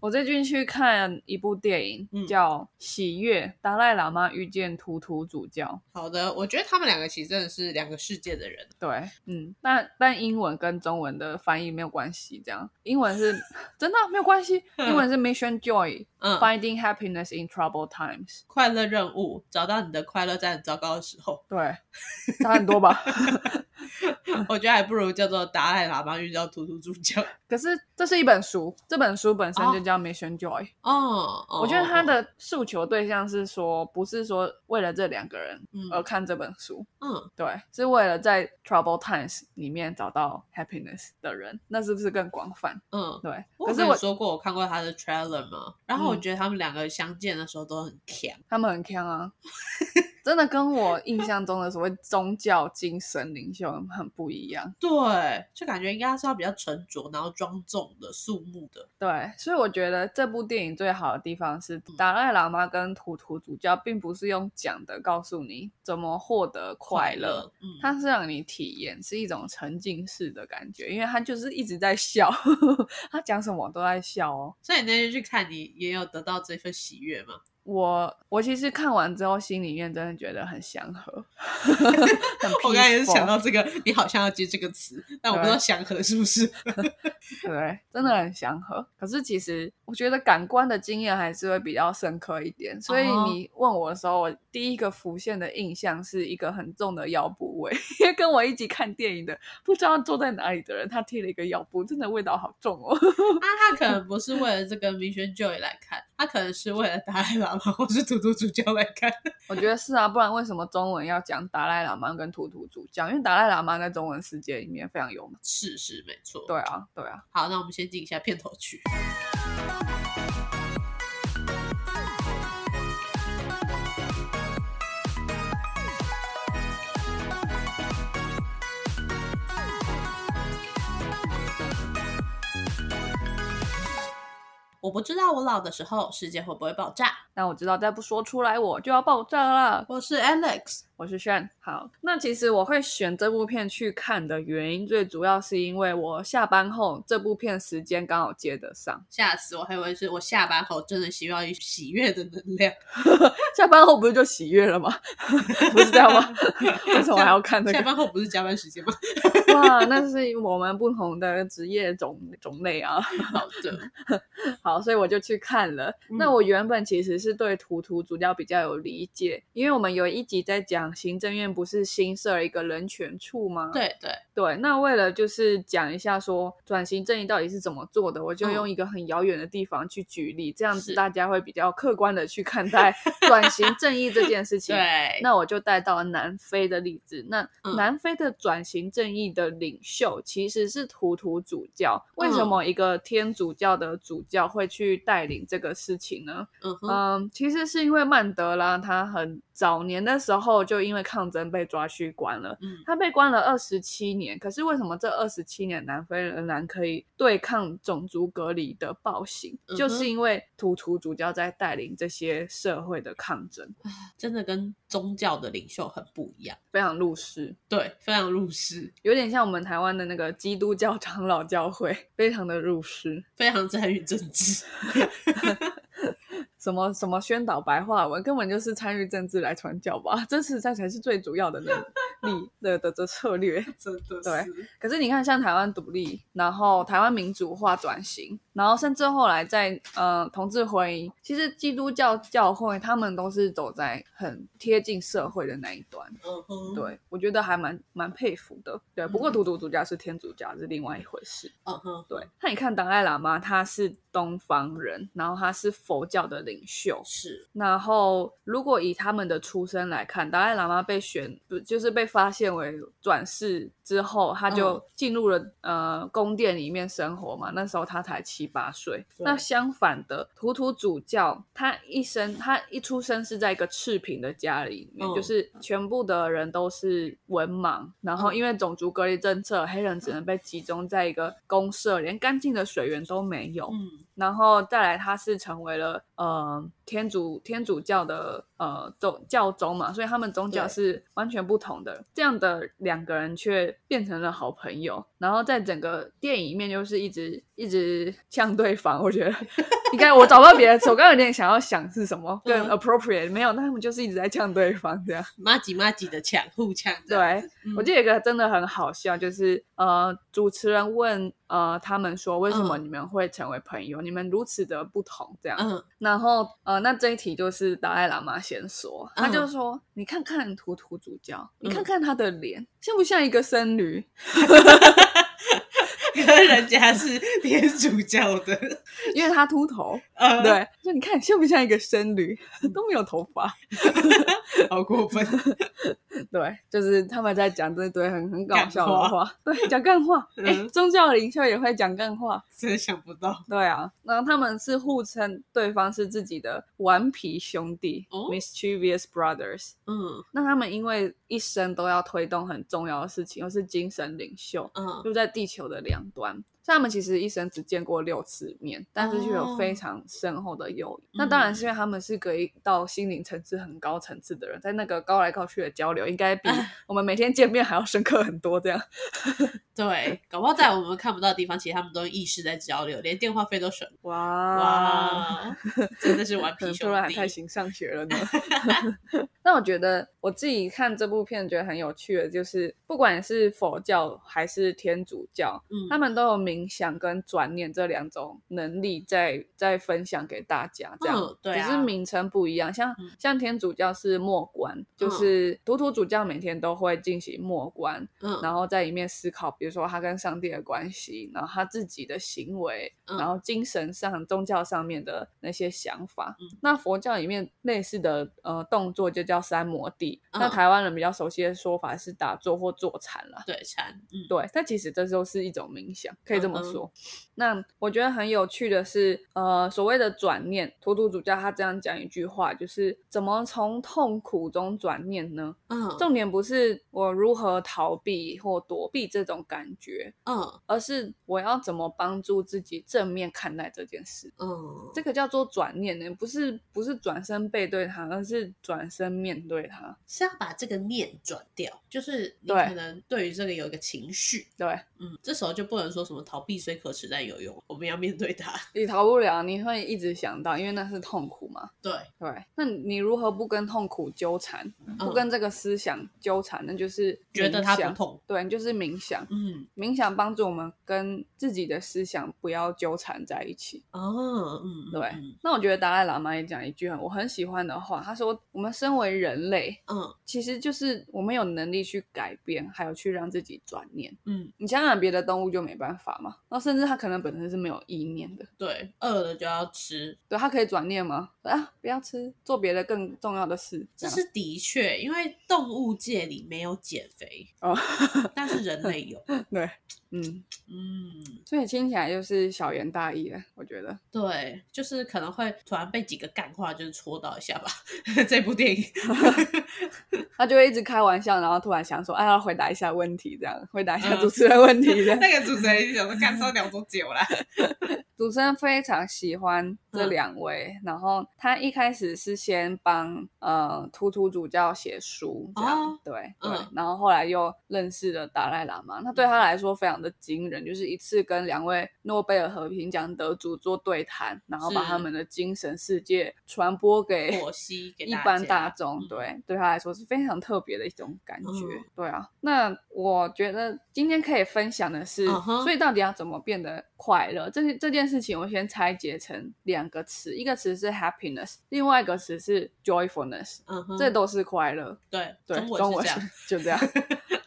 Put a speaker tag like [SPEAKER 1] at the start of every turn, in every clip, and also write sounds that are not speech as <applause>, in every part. [SPEAKER 1] 我最近去看一部电影，
[SPEAKER 2] 嗯
[SPEAKER 1] 叫《喜悦：达赖喇嘛遇见图图主教》。
[SPEAKER 2] 好的，我觉得他们两个其实真的是两个世界的人。
[SPEAKER 1] 对，嗯，但但英文跟中文的翻译没有关系，这样英文是真的啊没有关
[SPEAKER 2] <laughs>
[SPEAKER 1] 系，英文是 Mission Joy。
[SPEAKER 2] 嗯，
[SPEAKER 1] Finding happiness in troubled times，
[SPEAKER 2] 快乐任务，找到你的快乐在很糟糕的时候， <laughs>
[SPEAKER 1] 对，差很多吧。
[SPEAKER 2] 我觉得还不如叫做达赖喇嘛遇到图图主 <laughs> 教。
[SPEAKER 1] 可是这是一本书，这本书本身就叫 Mission Joy。
[SPEAKER 2] 哦，哦
[SPEAKER 1] 我觉得他，
[SPEAKER 2] 哦
[SPEAKER 1] 的诉求对象是说，不是说为了这两个人
[SPEAKER 2] 嗯
[SPEAKER 1] 而看这本书，
[SPEAKER 2] 嗯，
[SPEAKER 1] 对，是为了在 trouble times 里面找到 happiness 的人，那是不是更广泛？
[SPEAKER 2] 嗯，
[SPEAKER 1] 对，
[SPEAKER 2] 我
[SPEAKER 1] 可
[SPEAKER 2] 有
[SPEAKER 1] 是
[SPEAKER 2] 跟
[SPEAKER 1] 我
[SPEAKER 2] 你说过我看过他的 trailer 嘛，然后我
[SPEAKER 1] 嗯
[SPEAKER 2] 觉得他们两个相见的时候都很甜。
[SPEAKER 1] 他们很强啊， <laughs> 真的跟我印象中的所谓宗教精神领袖很不一样。
[SPEAKER 2] 对，就感觉应该是要比较沉着，然后庄重的、肃穆的。
[SPEAKER 1] 对，所以我觉得这部电影最好的地方是，
[SPEAKER 2] 嗯
[SPEAKER 1] 达赖喇嘛跟图图主教并不是用讲的告诉你怎么获得快乐，，
[SPEAKER 2] 嗯，
[SPEAKER 1] 它是让你体验，是一种沉浸式的感觉，因为他就是一直在笑， <laughs> 他讲什么都在笑哦。
[SPEAKER 2] 所以你那天去看，你也有得到这份喜悦吗？
[SPEAKER 1] 我我其实看完之后，心里面真的觉得很祥 <laughs> 和，很
[SPEAKER 2] <laughs> 我刚才也是
[SPEAKER 1] peaceful
[SPEAKER 2] 想到这个，你好像要接这个词，但我不知道
[SPEAKER 1] 对
[SPEAKER 2] 祥和是不是？
[SPEAKER 1] 对，真的很祥和。可是其实我觉得感官的经验还是会比较深刻一点，所以
[SPEAKER 2] 哦
[SPEAKER 1] 你问我的时候，我第一个浮现的印象是一个很重的腰部味， <laughs> 因为跟我一起看电影的不知道坐在哪里的人，他贴了一个腰部，真的味道好重哦。 <laughs>
[SPEAKER 2] 啊，他可能不是为了这个 Mission Joy 来看，他可能是为了达赖喇嘛或是图图主教来看。
[SPEAKER 1] 我觉得是啊，不然为什么中文要讲达赖喇嘛跟图图主教？因为达赖喇嘛在中文世界里面非常有名。
[SPEAKER 2] <laughs> 是是，没错。
[SPEAKER 1] 对，啊，对啊。
[SPEAKER 2] 好，那我们先进一下片头曲。我不知道我老的时候世界会不会爆炸。
[SPEAKER 1] 那我知道再不说出来我就要爆炸啦。
[SPEAKER 2] 我是 Alex，
[SPEAKER 1] 我是炫。好，那其实我会选这部片去看的原因，最主要是因为我下班后这部片时间刚好接得上。
[SPEAKER 2] 吓死我，还以为是我下班后真的需要一喜悦的能量。
[SPEAKER 1] 下班后不是就喜悦了吗？ <laughs> 不是这样吗？ <laughs> 为什么还要看这
[SPEAKER 2] <laughs> 下
[SPEAKER 1] 个？
[SPEAKER 2] 班后不是加班时
[SPEAKER 1] <laughs>
[SPEAKER 2] 间吗？
[SPEAKER 1] 哇，那是我们不同的职业种种类啊。
[SPEAKER 2] 好的，
[SPEAKER 1] 好，所以我就去看了。
[SPEAKER 2] 嗯
[SPEAKER 1] 那我原本其实是对图图主教比较有理解，因为我们有一集在讲行政院不是新设了一个人权处吗？
[SPEAKER 2] 对对，
[SPEAKER 1] 对，那为了就是讲一下说转型正义到底是怎么做的，我就
[SPEAKER 2] 嗯
[SPEAKER 1] 用一个很遥远的地方去举例，这样
[SPEAKER 2] 是
[SPEAKER 1] 子大家会比较客观的去看待转
[SPEAKER 2] <laughs>
[SPEAKER 1] 型正义这件事情。
[SPEAKER 2] 对，
[SPEAKER 1] 那我就带到了南非的例子。那
[SPEAKER 2] 嗯
[SPEAKER 1] 南非的转型正义的领袖其实是图图主教。为什
[SPEAKER 2] 嗯
[SPEAKER 1] 么一个天主教的主教会去带领这个事情呢？
[SPEAKER 2] 嗯哼，
[SPEAKER 1] 嗯，其实是因为曼德拉他很早年的时候就因为抗争被抓去关了。
[SPEAKER 2] 嗯
[SPEAKER 1] 他被关了二十七年，可是为什么这二十七年南非仍然可以对抗种族隔离的暴行？
[SPEAKER 2] 嗯哼
[SPEAKER 1] 就是因为图图主教在带领这些社会的抗争，
[SPEAKER 2] 真的跟宗教的领袖很不一样，
[SPEAKER 1] 非常入世，
[SPEAKER 2] 对，非常入世，
[SPEAKER 1] 有点像我们台湾的那个基督教长老教会，非常的入世。
[SPEAKER 2] 非常参与政治。 <laughs>
[SPEAKER 1] 什么什么宣导白话文，根本就是参与政治来传教吧，这是这才是最主要的能力的的的策略。
[SPEAKER 2] 真的
[SPEAKER 1] 对可是你看，像台湾独立，然后台湾民主化转型，然后甚至后来在呃同志婚姻，其实基督教教会他们都是走在很贴近社会的那一端。
[SPEAKER 2] 嗯哼，，
[SPEAKER 1] 对，我觉得还蛮蛮佩服的。对，不过
[SPEAKER 2] 嗯
[SPEAKER 1] 独独主教是天主教是另外一回事。
[SPEAKER 2] 嗯哼，
[SPEAKER 1] 对，那你看达赖喇嘛他是东方人，然后他是佛教的领袖，
[SPEAKER 2] 是，
[SPEAKER 1] 然后，如果以他们的出身来看，达赖喇嘛被选不就是被发现为转世之后，他
[SPEAKER 2] 嗯
[SPEAKER 1] 就进入了、呃宫殿里面生活嘛。那时候他才七八岁。
[SPEAKER 2] 对
[SPEAKER 1] 那相反的，图图主教他一生他一出生是在一个赤贫的家里面，
[SPEAKER 2] 嗯
[SPEAKER 1] 就是全部的人都是文盲，然后
[SPEAKER 2] 嗯
[SPEAKER 1] 因为种族隔离政策，黑人只能被集中在一个公社，连干净的水源都没有。
[SPEAKER 2] 嗯
[SPEAKER 1] 然后再来他是成为了呃天主天主教的呃宗教宗嘛，所以他们宗教
[SPEAKER 2] 对
[SPEAKER 1] 是完全不同的。这样的两个人却变成了好朋友，然后在整个电影里面就是一直一直呛对方，我觉
[SPEAKER 2] <laughs>
[SPEAKER 1] 得你看我找不到别的词，我刚刚有点想要想是什么更
[SPEAKER 2] 嗯
[SPEAKER 1] appropriate，没有，但他们就是一直在呛对方这样。
[SPEAKER 2] 妈几妈几的抢，互抢这
[SPEAKER 1] 对
[SPEAKER 2] 样子。，嗯
[SPEAKER 1] 我记得有一个真的很好笑，就是呃，主持人问呃他们说，为什么
[SPEAKER 2] 嗯
[SPEAKER 1] 你们会成为朋友？你们如此的不同，这样。
[SPEAKER 2] 嗯
[SPEAKER 1] 然后呃，那这一题就是达赖喇嘛先说，他就
[SPEAKER 2] 嗯
[SPEAKER 1] 说：“你看看图图主教，你
[SPEAKER 2] 嗯
[SPEAKER 1] 看看他的脸，像不像一个僧侣？”
[SPEAKER 2] 可是人家是 <laughs> 天主教的，
[SPEAKER 1] 因为他秃
[SPEAKER 2] <laughs>
[SPEAKER 1] 头，
[SPEAKER 2] 呃，，
[SPEAKER 1] 对，就你看像不像一个僧侣， <laughs> 都没有头发。 <laughs>
[SPEAKER 2] 好过分，
[SPEAKER 1] 对，就是他们在讲这堆很很搞
[SPEAKER 2] 干
[SPEAKER 1] 笑的
[SPEAKER 2] 话
[SPEAKER 1] 话， <laughs> 对，讲干话。哎、
[SPEAKER 2] 嗯
[SPEAKER 1] 宗教领袖也会讲干话。
[SPEAKER 2] 真的想不
[SPEAKER 1] <laughs>
[SPEAKER 2] 到。
[SPEAKER 1] 对啊，然后他们是互称对方是自己的顽皮兄弟、
[SPEAKER 2] 哦
[SPEAKER 1] m i s c h i e v o u s brothers）。
[SPEAKER 2] 嗯
[SPEAKER 1] 那他们因为一生都要推动很重要的事情，又是精神领袖，
[SPEAKER 2] 嗯，
[SPEAKER 1] 就在地球的两端，所以他们其实一生只见过六次面，但是却有
[SPEAKER 2] 哦
[SPEAKER 1] 非常深厚的友谊。那当然
[SPEAKER 2] 嗯
[SPEAKER 1] 是因为他们是可以到心灵层次很高层次的人，在那个高来高去的交流，应该
[SPEAKER 2] <laughs>
[SPEAKER 1] 比我们每天见面还要深刻很多。这样，
[SPEAKER 2] 对，搞不好在我们看不到的地方，其实他们都用意识在交流，连电话费都省。
[SPEAKER 1] 哇
[SPEAKER 2] 哇，
[SPEAKER 1] <laughs>
[SPEAKER 2] 真的是顽
[SPEAKER 1] 可
[SPEAKER 2] 皮
[SPEAKER 1] 能
[SPEAKER 2] 兄
[SPEAKER 1] 突然还
[SPEAKER 2] 弟。
[SPEAKER 1] 太行上学
[SPEAKER 2] <laughs>
[SPEAKER 1] 了呢。那我觉得我自己看这部片觉得很有趣的，就是不管是佛教还是天主教，
[SPEAKER 2] 嗯
[SPEAKER 1] 他们都有冥想跟转念这两种能力在在分享给大家，这样、
[SPEAKER 2] 嗯对啊
[SPEAKER 1] 只是名称不一样。像、
[SPEAKER 2] 嗯
[SPEAKER 1] 像天主教是默观，就是图图主教每天都会进行默观，
[SPEAKER 2] 嗯
[SPEAKER 1] 然后在里面思考，比如说他跟上帝的关系，然后他自己的行为，
[SPEAKER 2] 嗯
[SPEAKER 1] 然后精神上、宗教上面的那些想法。
[SPEAKER 2] 嗯
[SPEAKER 1] 那佛教里面类似的呃动作就叫三摩地，
[SPEAKER 2] 嗯
[SPEAKER 1] 那台湾人比较熟悉的说法是打坐或坐禅啦。
[SPEAKER 2] 对禅，嗯
[SPEAKER 1] 对，但其实这都是一种冥想，可以这么
[SPEAKER 2] 嗯嗯
[SPEAKER 1] 说。那我觉得很有趣的是，呃，所谓的转念，图图主教他这样讲一句话，就是怎么从痛苦中转念呢？
[SPEAKER 2] 嗯
[SPEAKER 1] 重点不是我如何逃避或躲避这种感觉，
[SPEAKER 2] 嗯
[SPEAKER 1] 而是我要怎么帮助自己正面看待这件事。
[SPEAKER 2] 嗯，
[SPEAKER 1] 这个叫做转念呢，不是不是转身背对它，而是转身面对它。
[SPEAKER 2] 是要把这个念转掉，就是你
[SPEAKER 1] 对
[SPEAKER 2] 可能对于这个有一个情绪，
[SPEAKER 1] 对
[SPEAKER 2] 嗯，这时候就不能说什么逃避虽可耻但有用，我们要面对它。
[SPEAKER 1] 你逃不了，你会一直想到，因为那是痛苦嘛。
[SPEAKER 2] 对，
[SPEAKER 1] <laughs> 对，那你如何不跟痛苦纠缠，不跟这个思想纠缠？那就是
[SPEAKER 2] 嗯觉得它
[SPEAKER 1] 冥
[SPEAKER 2] 不
[SPEAKER 1] 想，
[SPEAKER 2] 痛，
[SPEAKER 1] 对，就是冥想。
[SPEAKER 2] 嗯，
[SPEAKER 1] 冥想帮助我们跟自己的思想不要纠缠在一起。
[SPEAKER 2] 哦，嗯，
[SPEAKER 1] 对，
[SPEAKER 2] 嗯
[SPEAKER 1] 那我觉得达赖喇嘛也讲一句很我很喜欢的话，他说：“我们身为人类，
[SPEAKER 2] 嗯
[SPEAKER 1] 其实就是我们有能力去改变，还有去让自己转念。
[SPEAKER 2] 嗯，
[SPEAKER 1] 你想想别的动物就没办法嘛，那甚至它可能本身是没有意念的，
[SPEAKER 2] 对，饿了就要吃，
[SPEAKER 1] 对，它可以转念吗？啊，不要吃，做别的更重要的事。
[SPEAKER 2] 这
[SPEAKER 1] 样
[SPEAKER 2] 是的确，因为动物界里没有减肥，
[SPEAKER 1] 哦，
[SPEAKER 2] 但是人
[SPEAKER 1] <laughs>
[SPEAKER 2] 类有，
[SPEAKER 1] 对，嗯，
[SPEAKER 2] 嗯，
[SPEAKER 1] 所以听起来就是小言大义了，我觉得。
[SPEAKER 2] 对，就是可能会突然被几个干话就是戳到一下吧， <laughs> 这部电
[SPEAKER 1] <laughs>
[SPEAKER 2] 影，
[SPEAKER 1] 他就会一直开玩笑，然后突然想说，哎、要回答一下问题，这样回答一下
[SPEAKER 2] 嗯
[SPEAKER 1] 主持人问题
[SPEAKER 2] <laughs>
[SPEAKER 1] 的。
[SPEAKER 2] 那个主持人想说干烧聊多久啦？
[SPEAKER 1] 主持人非常喜欢
[SPEAKER 2] 嗯
[SPEAKER 1] 这两位，然后他一开始是先帮呃图图主教写书，这样、
[SPEAKER 2] 哦
[SPEAKER 1] 对对、
[SPEAKER 2] 嗯
[SPEAKER 1] 然后后来又认识了达赖喇嘛，那对他来说非常的惊人，就是一次跟两位诺贝尔和平奖得主做对谈，然后把
[SPEAKER 2] 是
[SPEAKER 1] 他们的精神世界传播给
[SPEAKER 2] 剖析给
[SPEAKER 1] 一
[SPEAKER 2] 大
[SPEAKER 1] 般
[SPEAKER 2] 家
[SPEAKER 1] 大众，
[SPEAKER 2] 嗯
[SPEAKER 1] 对对他来说是非常特别的一种感觉。
[SPEAKER 2] 嗯
[SPEAKER 1] 对啊，那我觉得今天可以分享的是
[SPEAKER 2] 嗯哼
[SPEAKER 1] 所以到底要怎么变得快乐？这这件事情我先拆解成两个词，一个词是 happiness，另外一个词是 joyfulness，、
[SPEAKER 2] 嗯哼，
[SPEAKER 1] 这都是快乐。
[SPEAKER 2] 对，
[SPEAKER 1] 对，
[SPEAKER 2] 中
[SPEAKER 1] 中
[SPEAKER 2] 文是
[SPEAKER 1] 文
[SPEAKER 2] 这样，
[SPEAKER 1] 就这样。 <laughs>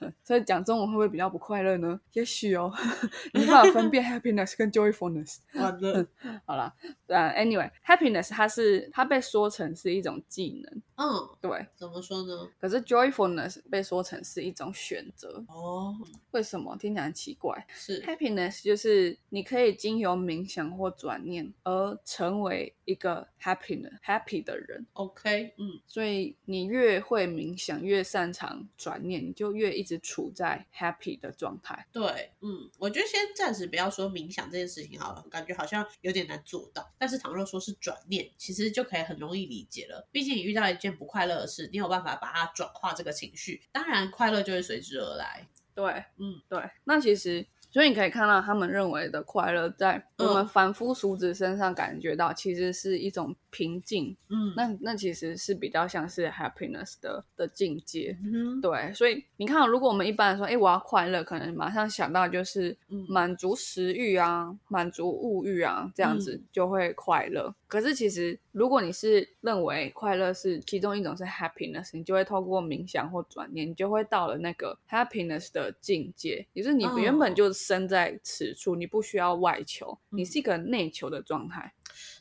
[SPEAKER 1] 嗯所以讲中文会不会比较不快乐呢？也许哦， <laughs> 你没办法分辨 happiness 跟 joyfulness。
[SPEAKER 2] 完了，
[SPEAKER 1] 好啦，呃，anyway，happiness 它是它被说成是一种技能，
[SPEAKER 2] 嗯，
[SPEAKER 1] 对，
[SPEAKER 2] 怎么说呢？
[SPEAKER 1] 可是 joyfulness 被说成是一种选择，
[SPEAKER 2] 哦，
[SPEAKER 1] 为什么听起来很奇怪
[SPEAKER 2] 是
[SPEAKER 1] ？Happiness 就是你可以经由冥想或转念而成为一个 happy 的 happy 的人，
[SPEAKER 2] OK，嗯，
[SPEAKER 1] 所以你越会冥想，越擅长转念，你就越一直处在 happy 的状态。
[SPEAKER 2] 对，嗯，我觉得先暂时不要说冥想这件事情好了，感觉好像有点难做到。但是倘若说是转念，其实就可以很容易理解了。毕竟你遇到一件不快乐的事，你有办法把它转化这个情绪，当然快乐就会随之而来。
[SPEAKER 1] 对，
[SPEAKER 2] 嗯，
[SPEAKER 1] 对。那其实，所以你可以看到他们认为的快乐，在我们
[SPEAKER 2] 嗯
[SPEAKER 1] 凡夫俗子身上感觉到，其实是一种平静。
[SPEAKER 2] 嗯，
[SPEAKER 1] 那那其实是比较像是 happiness 的的境界。
[SPEAKER 2] 嗯哼
[SPEAKER 1] 对，所以你看哦，如果我们一般人说，哎，我要快乐，可能马上想到就是
[SPEAKER 2] 嗯
[SPEAKER 1] 满足食欲啊，满足物欲啊，这样子
[SPEAKER 2] 嗯
[SPEAKER 1] 就会快乐。可是其实，如果你是认为快乐是其中一种是 happiness，你就会透过冥想或转念，你就会到了那个 happiness 的境界，也就是你
[SPEAKER 2] 哦
[SPEAKER 1] 原本就身在此处，你不需要外求，你
[SPEAKER 2] 嗯
[SPEAKER 1] 是一个内求的状态。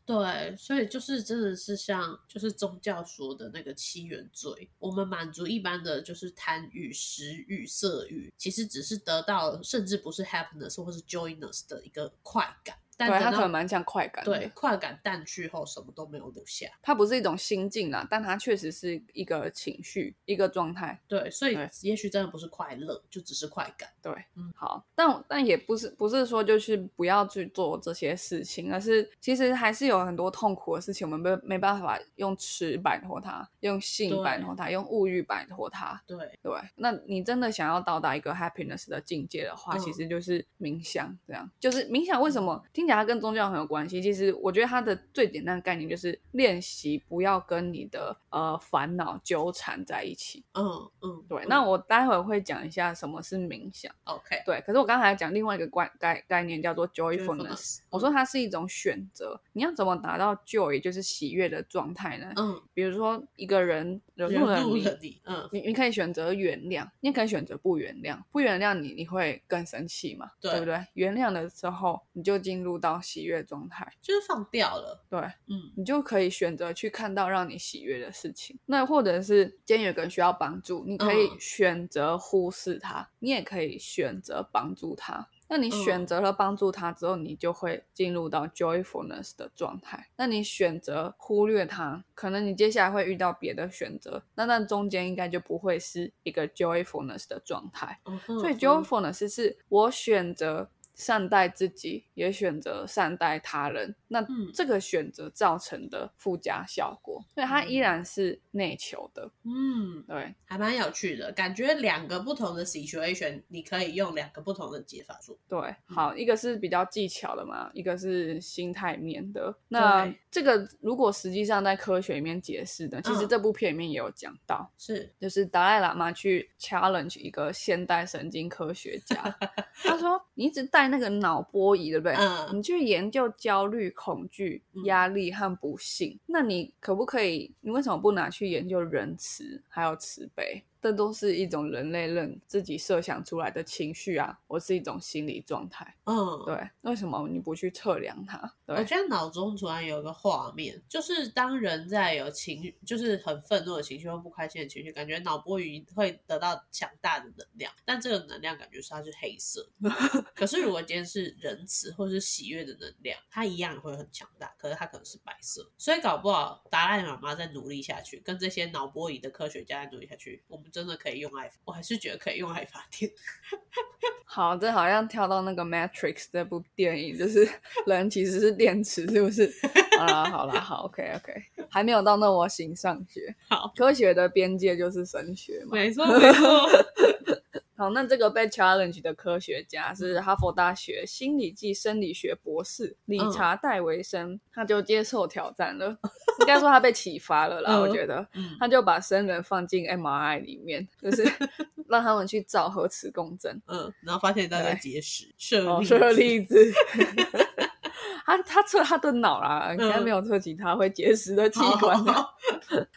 [SPEAKER 2] 对，所以就是真的是像就是宗教说的那个七原罪，我们满足一般的就是贪欲、食欲、色欲，其实只是得到甚至不是 happiness 或是 joyness 的一个快感，但
[SPEAKER 1] 对，
[SPEAKER 2] 等
[SPEAKER 1] 它可
[SPEAKER 2] 到
[SPEAKER 1] 能蛮像快感的。
[SPEAKER 2] 对，快感淡去后，什么都没有留下。
[SPEAKER 1] 它不是一种心境啦，但它确实是一个情绪、一个状态。
[SPEAKER 2] 对，所以
[SPEAKER 1] 对
[SPEAKER 2] 也许真的不是快乐，就只是快感。
[SPEAKER 1] 对，
[SPEAKER 2] 嗯
[SPEAKER 1] 好，但但也不是不是说就是不要去做这些事情，而是其实还是有很多痛苦的事情，我们没没办法用吃摆脱它，用性
[SPEAKER 2] 对
[SPEAKER 1] 摆脱它，用物欲摆脱它。
[SPEAKER 2] 对，
[SPEAKER 1] 对，那你真的想要到达一个 happiness 的境界的话，
[SPEAKER 2] 嗯
[SPEAKER 1] 其实就是冥想，这样就是冥想。为什么听起来它跟宗教很有关系？其实我觉得它的最简单的概念就是练习不要跟你的呃烦恼纠缠在一起。
[SPEAKER 2] 嗯嗯，
[SPEAKER 1] 对，
[SPEAKER 2] 嗯
[SPEAKER 1] 那我待会会讲一下什么是冥想。
[SPEAKER 2] OK。
[SPEAKER 1] 对，可是我刚才讲另外一个概概概念叫做 joyfulness，
[SPEAKER 2] joyfulness
[SPEAKER 1] 我说它是一种选择，你要怎么达到 joy，也就是喜悦的状态呢？
[SPEAKER 2] 嗯，
[SPEAKER 1] 比如说一个人惹
[SPEAKER 2] 惹
[SPEAKER 1] 怒了
[SPEAKER 2] 怒
[SPEAKER 1] 你，
[SPEAKER 2] 了你，嗯，
[SPEAKER 1] 你你可以选择原谅，你也可以选择不原谅。不原谅你，你会更生气嘛？
[SPEAKER 2] 对
[SPEAKER 1] 不对？原谅了之后，你就进入到喜悦状态，
[SPEAKER 2] 就是放掉了，
[SPEAKER 1] 对
[SPEAKER 2] 嗯
[SPEAKER 1] 你就可以选择去看到让你喜悦的事情。那或者是今天有个人需要帮助，你可以
[SPEAKER 2] 嗯
[SPEAKER 1] 选择忽视他，你也可以选择帮助他。那你
[SPEAKER 2] 嗯
[SPEAKER 1] 选择了帮助他之后，你就会进入到 joyfulness 的状态。那你选择忽略他，可能你接下来会遇到别的选择，那那中间应该就不会是一个 joyfulness 的状态。
[SPEAKER 2] 嗯哼，
[SPEAKER 1] 所以
[SPEAKER 2] 嗯
[SPEAKER 1] joyfulness 是我选择善待自己，也选择善待他人。那
[SPEAKER 2] 嗯
[SPEAKER 1] 这个选择造成的附加效果，所以它依然是内求的。
[SPEAKER 2] 嗯，
[SPEAKER 1] 对
[SPEAKER 2] 还蛮有趣的，感觉两个不同的 situation，你可以用两个不同的解法做。
[SPEAKER 1] 对，好，一个是比较技巧的嘛，一个是心态面的。那
[SPEAKER 2] 对
[SPEAKER 1] 这个如果实际上在科学里面解释呢，其实
[SPEAKER 2] 嗯
[SPEAKER 1] 这部片里面也有讲到。
[SPEAKER 2] 是，
[SPEAKER 1] 就是达赖喇嘛去 challenge 一个现代神经科学
[SPEAKER 2] <laughs>
[SPEAKER 1] 家，他说：“你一直带那个脑波仪，对不对？
[SPEAKER 2] 嗯
[SPEAKER 1] 你去研究焦虑、恐惧
[SPEAKER 2] 嗯、
[SPEAKER 1] 压力和不幸，那你可不可以？你为什么不拿去研究仁慈还有慈悲？这都是一种人类认自己设想出来的情绪啊，或是一种心理状态。
[SPEAKER 2] 嗯，
[SPEAKER 1] 对，为什么你不去测量它？
[SPEAKER 2] 我
[SPEAKER 1] 对，
[SPEAKER 2] 觉得脑中突然有一个画面，就是当人在有情绪，就是很愤怒的情绪或不开心的情绪，感觉脑波鱼会得到强大的能量，但这个能量感觉是它是黑色的。 <laughs> 可是如果今天是仁慈或是喜悦的能量，它一样会很强大，可是它可能是白色。所以搞不好达赖喇嘛再努力下去，跟这些脑波仪的科学家再努力下去，我们真的可以用爱发，我还是觉得可以用爱发电。
[SPEAKER 1] 好，这好像跳到那个《Matrix》这部电影，就是 <laughs> 人其实是电池，是不是？好啦，好啦，好，OK OK，还没有到那我行上学。
[SPEAKER 2] 好，
[SPEAKER 1] 科学的边界就是神学嘛。
[SPEAKER 2] 没错，没错。
[SPEAKER 1] 好，那这个被 challenge 的科学家是哈佛大学心理暨生理学博士理
[SPEAKER 2] 嗯
[SPEAKER 1] 查戴维森，他就接受挑战
[SPEAKER 2] <laughs>
[SPEAKER 1] 了，应该说他被启发了啦，
[SPEAKER 2] 嗯
[SPEAKER 1] 我觉得。
[SPEAKER 2] 嗯
[SPEAKER 1] 他就把生人放进 MRI 里面，就是 <laughs> 让他们去照核磁共振，
[SPEAKER 2] <laughs> 嗯，然后发现大家
[SPEAKER 1] 对
[SPEAKER 2] 结石，舍
[SPEAKER 1] 哦，
[SPEAKER 2] 利
[SPEAKER 1] 说的
[SPEAKER 2] 子
[SPEAKER 1] 例子。 <laughs> 啊他他测他的脑啦，应该没有测其他会结石的器
[SPEAKER 2] 嗯好
[SPEAKER 1] 官啊
[SPEAKER 2] 好好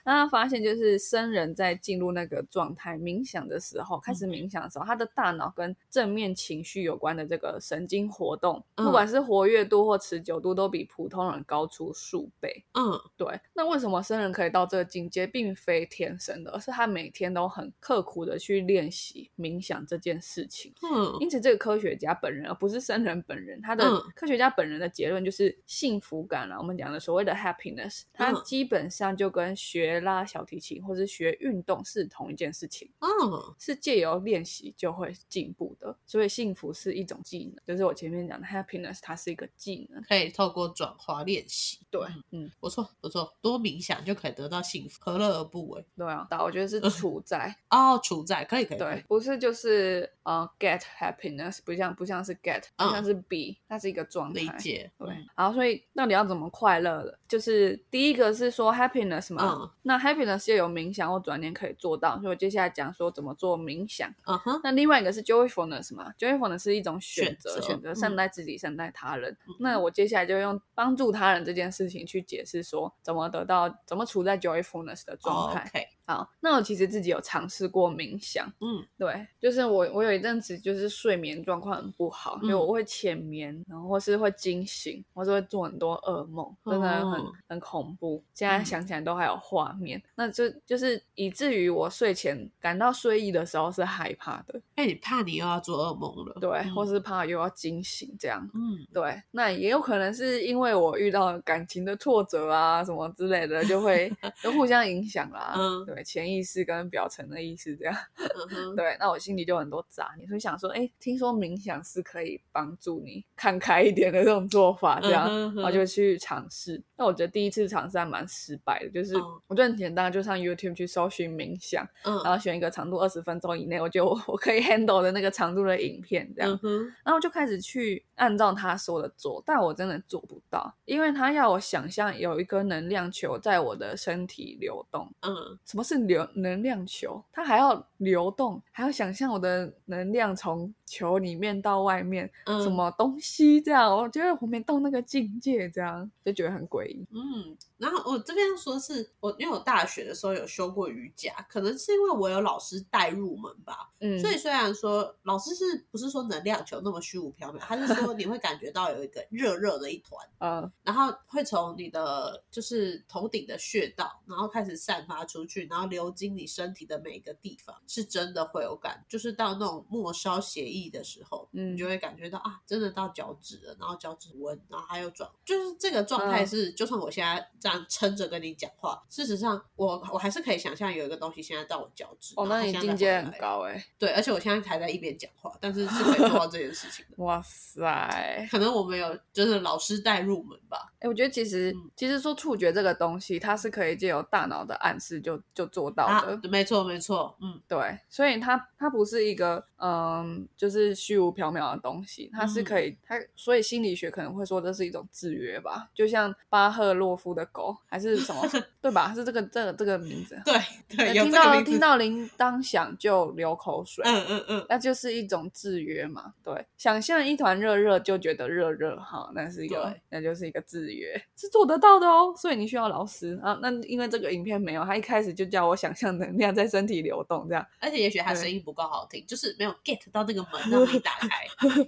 [SPEAKER 1] 那他发现就是僧人在进入那个状态冥想的时候，开始冥想的时候，他的大脑跟正面情绪有关的这个神经活动，
[SPEAKER 2] 嗯
[SPEAKER 1] 不管是活跃度或持久度，都比普通人高出数倍。
[SPEAKER 2] 嗯
[SPEAKER 1] 对，那为什么僧人可以到这个境界，并非天生的，而是他每天都很刻苦的去练习冥想这件事情。
[SPEAKER 2] 嗯
[SPEAKER 1] 因此，这个科学家本人，而不是僧人本人，他的
[SPEAKER 2] 嗯
[SPEAKER 1] 科学家本人的结论就是幸福感啊，我们讲的所谓的 happiness，它
[SPEAKER 2] 嗯
[SPEAKER 1] 基本上就跟学拉小提琴或是学运动是同一件事情，
[SPEAKER 2] 嗯，
[SPEAKER 1] 是借由练习就会进步的。所以，幸福是一种技能，就是我前面讲的 happiness，它是一个技能。
[SPEAKER 2] 可以透过转化练习，
[SPEAKER 1] 对，嗯
[SPEAKER 2] 不错不错，多冥想就可以得到幸福，何乐而不为？
[SPEAKER 1] 对啊，我觉得
[SPEAKER 2] 嗯
[SPEAKER 1] 是处
[SPEAKER 2] <laughs>
[SPEAKER 1] 在
[SPEAKER 2] 哦，处在可以可以，可以
[SPEAKER 1] 对，，不是就是呃 get happiness，不像不像是 get，
[SPEAKER 2] 嗯
[SPEAKER 1] 不像是 be，它是一个状态
[SPEAKER 2] 理。解，
[SPEAKER 1] 对
[SPEAKER 2] 嗯，
[SPEAKER 1] 然后所以到底要怎么快乐了？就是第一个是说 happiness 嘛，
[SPEAKER 2] 嗯
[SPEAKER 1] 那 happiness 又有冥想或转念可以做到，所以我接下来讲说怎么做冥想。
[SPEAKER 2] 嗯哼，
[SPEAKER 1] 那另外一个是 joyfulness 嘛，joyfulness 是一种选择，
[SPEAKER 2] 选
[SPEAKER 1] 选择
[SPEAKER 2] 择嗯
[SPEAKER 1] 善待自己、善待他人。那我接下来就用帮助他人这件事情去解释说怎么得到、怎么处在 joyfulness 的状态。
[SPEAKER 2] OK，
[SPEAKER 1] 好，那我其实自己有尝试过冥想，
[SPEAKER 2] 嗯
[SPEAKER 1] 对，就是我我有一阵子就是睡眠状况很不好，因为
[SPEAKER 2] 嗯
[SPEAKER 1] 我会浅眠，然后或是会惊醒，或是会做很多噩梦，真的很、
[SPEAKER 2] 哦
[SPEAKER 1] 很恐怖。现在
[SPEAKER 2] 嗯
[SPEAKER 1] 想起来都还有画面，那就就是以至于我睡前感到睡意的时候是害怕的，
[SPEAKER 2] 哎、你怕你又要做噩梦了，
[SPEAKER 1] 对，
[SPEAKER 2] 嗯
[SPEAKER 1] 或是怕又要惊醒这样。
[SPEAKER 2] 嗯
[SPEAKER 1] 对，那也有可能是因为我遇到感情的挫折啊，什么之类的，就
[SPEAKER 2] <laughs>
[SPEAKER 1] 会就互相影响啦。
[SPEAKER 2] 嗯
[SPEAKER 1] 对，潜意识跟表层的意识这样。
[SPEAKER 2] 嗯
[SPEAKER 1] <laughs>
[SPEAKER 2] 哼，
[SPEAKER 1] 对，那我心里就有很多杂念，所以想说，哎，听说冥想是可以帮助你看开一点的这种做法，这样，
[SPEAKER 2] 嗯哼
[SPEAKER 1] 然后就去尝试。那我觉得第一次尝试还蛮失败的，就是、
[SPEAKER 2] 嗯
[SPEAKER 1] 我觉得很简单，就上 YouTube 去搜寻冥想，
[SPEAKER 2] 嗯
[SPEAKER 1] 然后选一个长度二十分钟以内，我觉得我 <laughs> 我可以 handle 的那个长度的影片，这样。
[SPEAKER 2] 嗯哼，
[SPEAKER 1] 然后就开始去按照他说的做，但我真的做不到，因为他要我想象有一颗能量球在我的身体流动，
[SPEAKER 2] 嗯
[SPEAKER 1] 什么是流能量球？它还要流动，还要想象我的能量从球里面到外面，
[SPEAKER 2] 嗯，
[SPEAKER 1] 什么东西这样？我觉得我没到那个境界，这样就觉得很诡异。
[SPEAKER 2] 嗯，然后我这边要说是我，因为我大学的时候有修过瑜伽，可能是因为我有老师带入门吧，
[SPEAKER 1] 嗯，
[SPEAKER 2] 所以虽然说老师是不是说能量球那么虚无缥缈，他是说你会感觉到有一个热热的一团，
[SPEAKER 1] 呃，
[SPEAKER 2] 然后会从你的就是头顶的穴道，然后开始散发出去，然后流经你身体的每一个地方，是真的会有感，就是到那种末梢血液的时候，
[SPEAKER 1] 嗯
[SPEAKER 2] 你就会感觉到啊，真的到脚趾了，然后脚趾温，然后还有转，就是这个状态
[SPEAKER 1] 嗯
[SPEAKER 2] 是，就算我现在这样撑着跟你讲话，事实上我我还是可以想象有一个东西现在到我脚趾，
[SPEAKER 1] 哦，
[SPEAKER 2] 然后
[SPEAKER 1] 那你
[SPEAKER 2] 现在
[SPEAKER 1] 境
[SPEAKER 2] 再
[SPEAKER 1] 界
[SPEAKER 2] 回
[SPEAKER 1] 很
[SPEAKER 2] 来，
[SPEAKER 1] 高哎、
[SPEAKER 2] 对，而且我现在还在一边讲话，但是是可以做到这件事情的。 <laughs>
[SPEAKER 1] 哇塞！哎、
[SPEAKER 2] 可能我们有就是老师带入门吧，
[SPEAKER 1] 我觉得其实、
[SPEAKER 2] 嗯
[SPEAKER 1] 其实说触觉这个东西，它是可以借由大脑的暗示就就做到
[SPEAKER 2] 啊
[SPEAKER 1] 的。，
[SPEAKER 2] 没错没错，嗯，
[SPEAKER 1] 对，所以它它不是一个嗯，就是虚无缥缈的东西，它是可以、
[SPEAKER 2] 嗯
[SPEAKER 1] 它，所以心理学可能会说这是一种制约吧，就像巴赫洛夫的狗还是
[SPEAKER 2] <laughs>
[SPEAKER 1] 什么，对吧？是这个这个这个名字。
[SPEAKER 2] 对
[SPEAKER 1] 呃
[SPEAKER 2] 对， <laughs> 有
[SPEAKER 1] 听
[SPEAKER 2] 这个
[SPEAKER 1] 到
[SPEAKER 2] 名字
[SPEAKER 1] 听，到铃铛响就流口水，
[SPEAKER 2] 嗯嗯嗯，
[SPEAKER 1] 那就是一种制约嘛。对，想象一团热热就觉得热热哈，那是一个
[SPEAKER 2] 对，
[SPEAKER 1] 那就是一个制约，是做得到的哦。所以你需要老师啊。那因为这个影片没有，他一开始就叫我想象能量在身体流动这样。
[SPEAKER 2] 而且也许他
[SPEAKER 1] 对
[SPEAKER 2] 声音不够好听，就是
[SPEAKER 1] <laughs>
[SPEAKER 2] 没有 get 到那个门让你打开，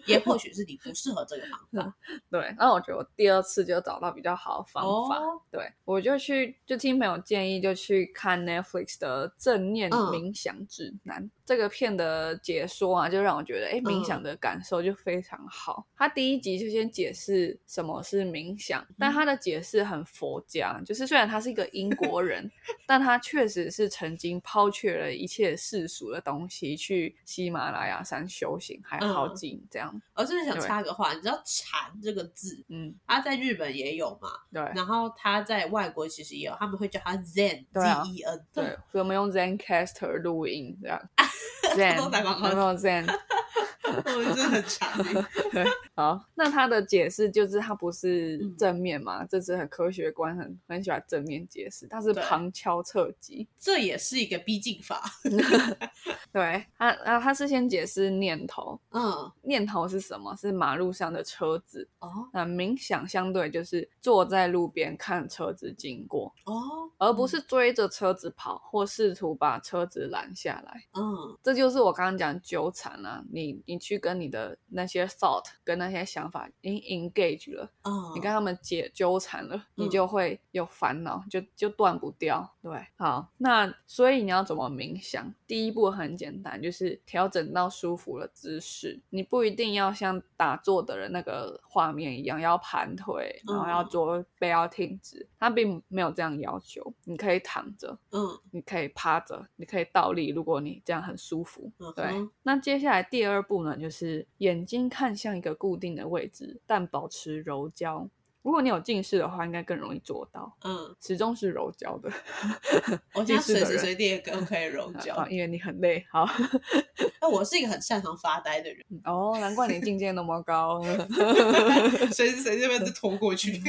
[SPEAKER 2] 也或许是你不适合这个方法。
[SPEAKER 1] 对，然后我觉得我第二次就找到比较好的方法，
[SPEAKER 2] 哦
[SPEAKER 1] 对我就去就听朋友建议，就去看 Netflix 的《正念
[SPEAKER 2] 嗯
[SPEAKER 1] 冥想指南》这个片的解说啊，就让我觉得，哎，冥
[SPEAKER 2] 嗯
[SPEAKER 1] 想的感受就非常好。他第一集就先解释什么是冥想，
[SPEAKER 2] 嗯
[SPEAKER 1] 但他的解释很佛家，就是虽然他是一个英国人，但他确实是曾经抛却了一切世俗的东西，去喜马拉雅山修行，还
[SPEAKER 2] 嗯
[SPEAKER 1] 好景这样，
[SPEAKER 2] 我真的想
[SPEAKER 1] 对
[SPEAKER 2] 插个话，你知道“禅”这个字，
[SPEAKER 1] 嗯，
[SPEAKER 2] 它在日本也有嘛，
[SPEAKER 1] 对。
[SPEAKER 2] 然后它在外国其实也有，他们会叫它 Zen
[SPEAKER 1] 对啊
[SPEAKER 2] Z E N，
[SPEAKER 1] 对，所以我们用 ZenCaster 录音这样。
[SPEAKER 2] 都
[SPEAKER 1] <laughs>
[SPEAKER 2] <laughs>
[SPEAKER 1] Zen，
[SPEAKER 2] 还蛮好
[SPEAKER 1] 有没有 Zen？
[SPEAKER 2] <laughs> 我们真的很强烈。
[SPEAKER 1] 好，那他的解释就是他不是
[SPEAKER 2] 嗯
[SPEAKER 1] 正面嘛，这是很科学观很很喜欢正面解释，他是
[SPEAKER 2] 对
[SPEAKER 1] 旁敲侧击。
[SPEAKER 2] 这也是一个逼近法。
[SPEAKER 1] 对，他啊，他是先解释念头，
[SPEAKER 2] 嗯，
[SPEAKER 1] 念头是什么？是马路上的车子。
[SPEAKER 2] 哦
[SPEAKER 1] 那冥想相对就是坐在路边看车子经过，
[SPEAKER 2] 哦，
[SPEAKER 1] 而不是追着车子跑或试图把车子拦下来。
[SPEAKER 2] 嗯
[SPEAKER 1] 这就是我刚刚讲纠缠啊，你你去跟你的那些 thought 跟那些想法已经 engage 了，
[SPEAKER 2] 嗯，
[SPEAKER 1] 你跟他们解纠缠了，你
[SPEAKER 2] 嗯
[SPEAKER 1] 就会有烦恼，就就断不掉。对，好，那所以你要怎么冥想？第一步很简单，就是调整到舒服的姿势。你不一定要像打坐的人那个画面一样，要盘腿，然后要
[SPEAKER 2] 嗯
[SPEAKER 1] 做背要挺直，他并没有这样要求。你可以躺着，
[SPEAKER 2] 嗯
[SPEAKER 1] 你可以趴着，你可以倒立，如果你这样很舒服。
[SPEAKER 2] 嗯
[SPEAKER 1] 对，
[SPEAKER 2] 哼
[SPEAKER 1] 那接下来第二步呢，就是眼睛看向一个固定的位置，但保持柔焦。如果你有近视的话，应该更容易做到，
[SPEAKER 2] 嗯，
[SPEAKER 1] 始终是柔焦的。
[SPEAKER 2] 我现
[SPEAKER 1] 近
[SPEAKER 2] 在
[SPEAKER 1] 视
[SPEAKER 2] 随
[SPEAKER 1] 的
[SPEAKER 2] 时
[SPEAKER 1] 人。
[SPEAKER 2] 随地
[SPEAKER 1] <laughs>
[SPEAKER 2] 都可以揉
[SPEAKER 1] 啊
[SPEAKER 2] 脚，。
[SPEAKER 1] 因为你很累，好 <laughs>
[SPEAKER 2] 哎，我是一个很擅长发呆的人，
[SPEAKER 1] 哦，难怪你境界那么高，
[SPEAKER 2] <laughs> 随时随地被就拖过去。 <laughs>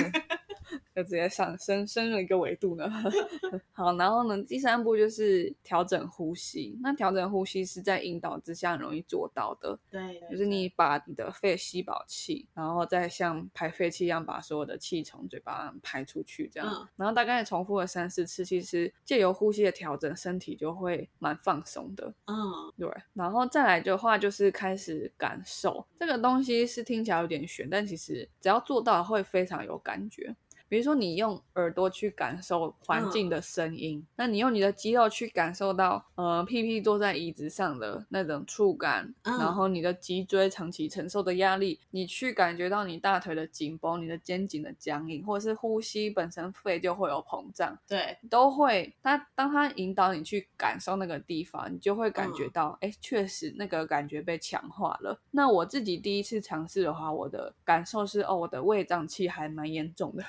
[SPEAKER 1] 就直接上升升了一个维度呢。 <laughs> 好，然后呢，第三步就是调整呼吸。那调整呼吸是在引导之下容易做到的，
[SPEAKER 2] 对， <laughs> 对
[SPEAKER 1] 就是你把你的肺吸饱气，然后再像排废气一样把所有的气从嘴巴排出去，这样。
[SPEAKER 2] 嗯
[SPEAKER 1] 然后大概重复了三四次，其实借由呼吸的调整，身体就会蛮放松的。
[SPEAKER 2] 嗯
[SPEAKER 1] 对，然后再来的话就是开始感受这个东西，是听起来有点悬，但其实只要做到会非常有感觉。比如说，你用耳朵去感受环境的声音，那你用你的肌肉去感受到，呃，屁屁坐在椅子上的那种触感，
[SPEAKER 2] 嗯
[SPEAKER 1] 然后你的脊椎长期承受的压力，你去感觉到你大腿的紧绷，你的肩颈的僵硬，或者是呼吸本身肺就会有膨胀，
[SPEAKER 2] 对，
[SPEAKER 1] 都会，他当他引导你去感受那个地方，你就会感觉
[SPEAKER 2] 嗯
[SPEAKER 1] 到，哎、确实那个感觉被强化了。那我自己第一次尝试的话，我的感受是，哦，我的胃胀气还蛮严重
[SPEAKER 2] <laughs>
[SPEAKER 1] 的，